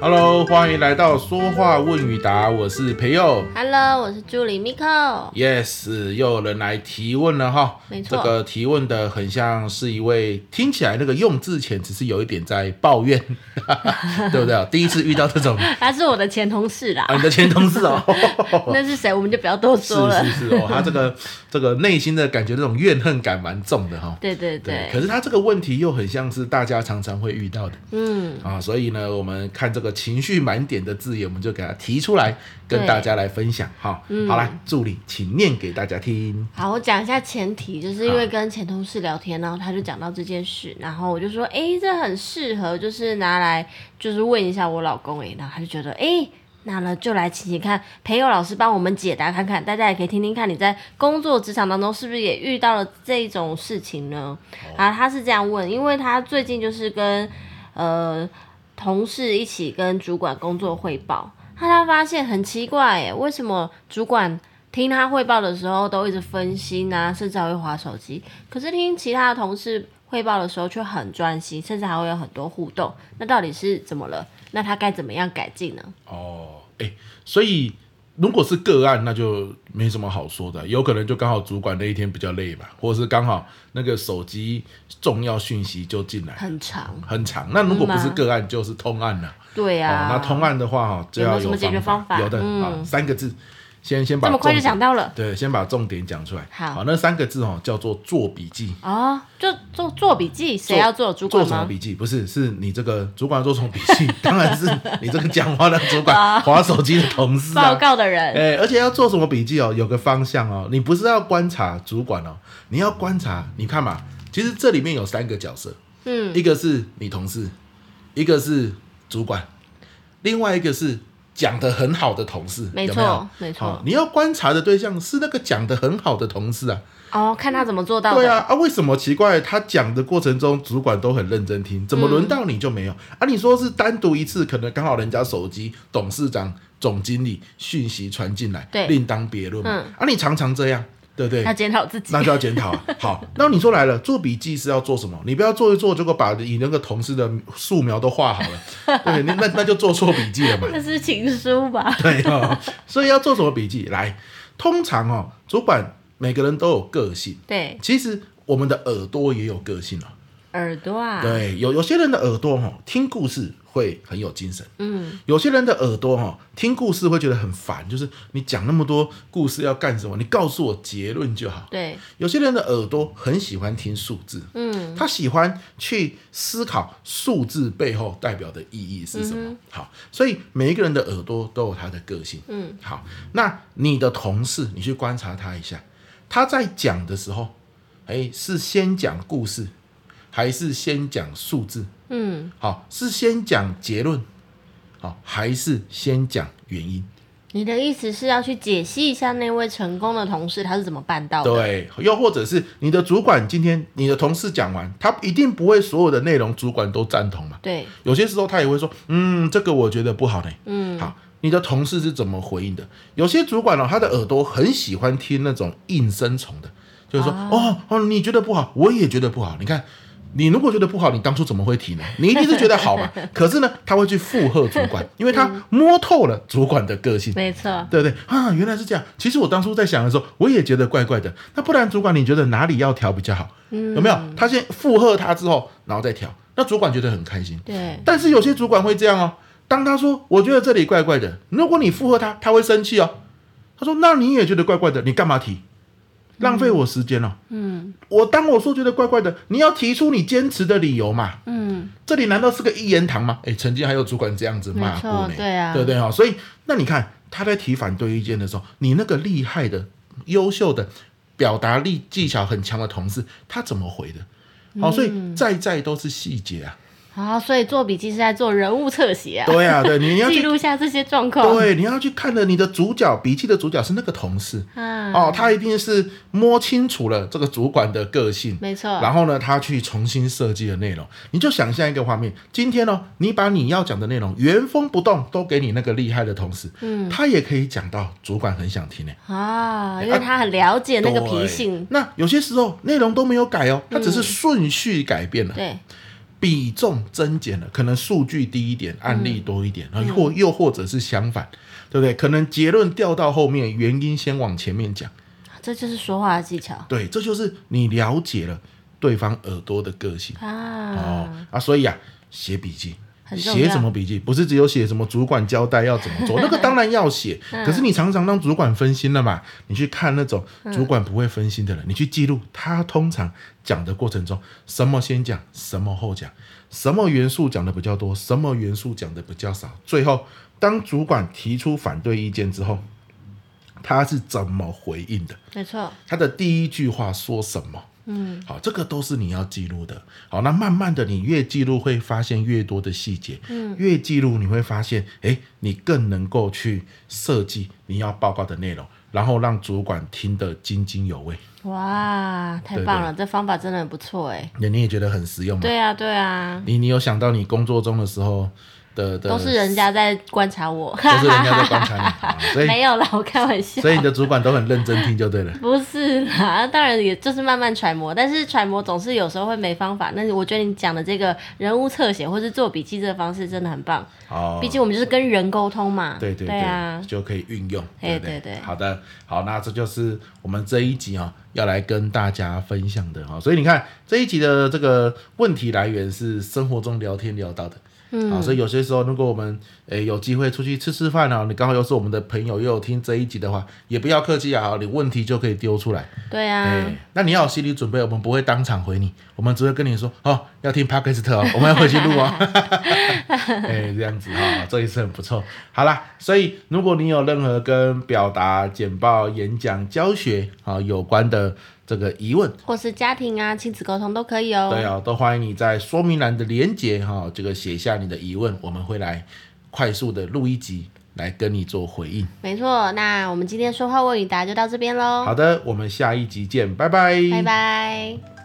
Hello，欢迎来到说话问与答，我是培佑。 Hello，我是助理 Miko。 Yes，又有人来提问了哈。没错这个提问的很像是一位，听起来那个用字遣词是有一点在抱怨， 对不对？第一次遇到这 种啊，他是我的前同事啦，你的前同事哦，那是谁我们就不要多是 说了。是是哦，他这个这个内心的感觉，那种怨恨感蛮重的哈、对对对，可是他这个问题又很像是大家常常会遇到的嗯，啊，所以呢，我们看这个情绪满点的字眼，我们就给它提出来，跟对嗯大家来分享哈。好来，助理，请念给大家听。好，我讲一下前提，就是因为跟前同事聊天，然后他就讲到这件事，然后我就说，诶，这很适合，就是拿来就是问一下我老公、诶，然后他就觉得，诶，那了就来请请看，培友老师帮我们解答看看，大家也可以听听看你在工作职场当中是不是也遇到了这种事情呢？啊，他是这样问，因为他最近就是跟呃同事一起跟主管工作汇报，他他发现很奇怪耶，为什么主管听他汇报的时候都一直分心啊，甚至还会划手机，可是听其他的同事汇报的时候却很专心，甚至还会有很多互动，那到底是怎么了？那他该怎么样改进呢？哦，哎，所以如果是个案，那就没什么好说的，有可能就刚好主管那一天比较累吧，或者是刚好那个手机重要讯息就进来。很长，很长，那如果不是嗯啊个案，就是通案了、对啊哦呀、，那通案的话哈，就要有没有什么解决方方法有的嗯啊，三个字，先先把这么快重就点想到了对，先把重点讲出来。好那三个字哦，叫做做笔记。哦，就做做笔记，谁要做主管做什么吗？笔记？不是，是你这个主管做什么笔记？ 当然是你这个讲话的主管、划手机的同事啊啊报。告的人，哎、而且要做什么笔记哦，有个方向哦。你不是要观察主管哦，你要观察，你看嘛，其实这里面有三个角色，嗯，一个是你同事，一个是主管，另外一个是讲得很好的同事，没有错没有？没错好你要观察的对象是那个讲得很好的同事啊。哦，看他怎么做到的。对啊，啊，为什么奇怪？他讲的过程中，主管都很认真听，怎么轮到你就没嗯有？啊，你说是单独一次，可能刚好人家手机董事长、总经理讯息传进来，对另当别论嘛。嗯啊，你常常这样，对不对？他检讨自己 那。就要检讨啊。好，那你说来了，做笔记是要做什么？你不要做一做，结果把你那个同事的素描都画好了， 对，那那那就做错笔记了嘛。 那是情书吧？对哦，所以要做什么笔记？来，通常哦，主管每个人都有个性，对，其实我们的耳朵也有个性哦。耳朵啊，对，有有些人的耳朵哈、哦，听故事会很有精神；嗯，有些人的耳朵哈、哦，听故事会觉得很烦，就是你讲那么多故事要干什么？你告诉我结论就好。对，有些人的耳朵很喜欢听数字，嗯，他喜欢去思考数字背后代表的意义是什么。好，所以每一个人的耳朵都有他的个性。嗯，好，那你的同事，你去观察他一下，他在讲的时候，哎，是先讲故事，还是先讲数字？嗯，好，是先讲结论，好，还是先讲原因？你的意思是要去解析一下那位成功的同事他是怎么办到的？对，又或者是你的主管今天你的同事讲完，他一定不会所有的内容主管都赞同嘛？对，有些时候他也会说，嗯，这个我觉得不好呢。嗯，好，你的同事是怎么回应的？有些主管哦，他的耳朵很喜欢听那种应声虫的，就是说，啊哦哦，你觉得不好，我也觉得不好。你看，你如果觉得不好，你当初怎么会提呢？你一定是觉得好 嘛。可是呢，他会去附和主管，因为他摸透了主管的个性。没错，对不对啊？原来是这样。其实我当初在想的时候，我也觉得怪怪的。那不然，主管你觉得哪里要调比较好？有没有？他先附和他之后，然后再调，那主管觉得很开心。对，但是有些主管会这样哦，当他说我觉得这里怪怪的，如果你附和他，他会生气哦。他说那你也觉得怪怪的，你干嘛提？浪费我时间哦。嗯我当我说觉得怪怪的，你要提出你坚持的理由嘛。嗯，这里难道是个一言堂吗？哎，曾经还有主管这样子骂过呢没，错对啊对不对哈、所以那你看他在提反对意见的时候，你那个厉害的、优秀的、表达力哦嗯技巧很强的同事，他怎么回的？好、所以在在都是细节啊。啊，所以做笔记是在做人物侧写啊，对啊，对，你要 记去录下这些状况。对，你要去看的，你的主角笔记的主角是那个同事。啊，哦，他一定是摸清楚了这个主管的个性，没错然后呢，他去重新设计的内容，你就想象一个画面，今天哦，你把你要讲的内容原封不动都给你那个厉害的同事，嗯，他也可以讲到主管很想听呢。啊，因为他很了解那个脾哎对性，那有些时候内容都没有改哦，它只是顺序改变了，对，比重增减了，可能数据低一点，案例多一点，嗯然后或又或者是相反，对不对？可能结论调到后面，原因先往前面讲。这就是说话的技巧对，这就是你了解了对方耳朵的个性啊。哦啊，所以啊，写笔记。很重要写什么笔记？不是只有写什么主管交代要怎么做， 那个当然要写。嗯可是你常常让主管分心了嘛？你去看那种嗯主管不会分心的人，你去记录他通常讲的过程中，什么先讲，什么后讲，什么元素讲的比较多，什么元素讲的比较少。最后，当主管提出反对意见之后，他是怎么回应的？没错，他的第一句话说什么？嗯，好，这个都是你要记录的。好，那慢慢的，你越记录会发现越多的细节，嗯，越记录你会发现，哎，你更能够去设计你要报告的内容，然后让主管听得津津有味。哇，太对嗯棒了，这方法真的很不错哎。那你也觉得很实用吗？对啊，对啊，你你有想到你工作中的时候的的都是人家在观察我，都是人家在观察你，好所以 没有啦，我开玩笑。所以你的主管都很认真听就对了。不是啦， 当然也就是慢慢揣摩，但是揣摩总是有时候会没方法。那我觉得你讲的这个人物侧写或是做笔记这个方式真的很棒，哦，毕竟我们就是跟人沟通嘛。对对啊，就可以运用，对哎不对对对好的，好，那这就是我们这一集哦，要来跟大家分享的哈、哦。所以你看这一集的这个问题来源是生活中聊天聊到的。嗯，啊，所以有些时候，如果我们诶有机会出去吃吃饭啊，你刚好又是我们的朋友，又有听这一集的话，也不要客气啊，你问题就可以丢出来。对啊，哎，那你要有心理准备，我们不会当场回你，我们只会跟你说哦，要听 podcast 哦，我们要回去录 哦。哎，这样子哈、哦，这也是很不错。好啦，所以如果你有任何跟表达、简报、演讲、教学啊、有关的这个疑问，或是家庭啊、亲子沟通都可以哦。对哦，都欢迎你在说明栏的连接哈、这个写下你的疑问，我们会来快速的录一集来跟你做回应。没错，那我们今天说话问与答就到这边喽，哦好的，我们下一集见，拜拜，拜拜。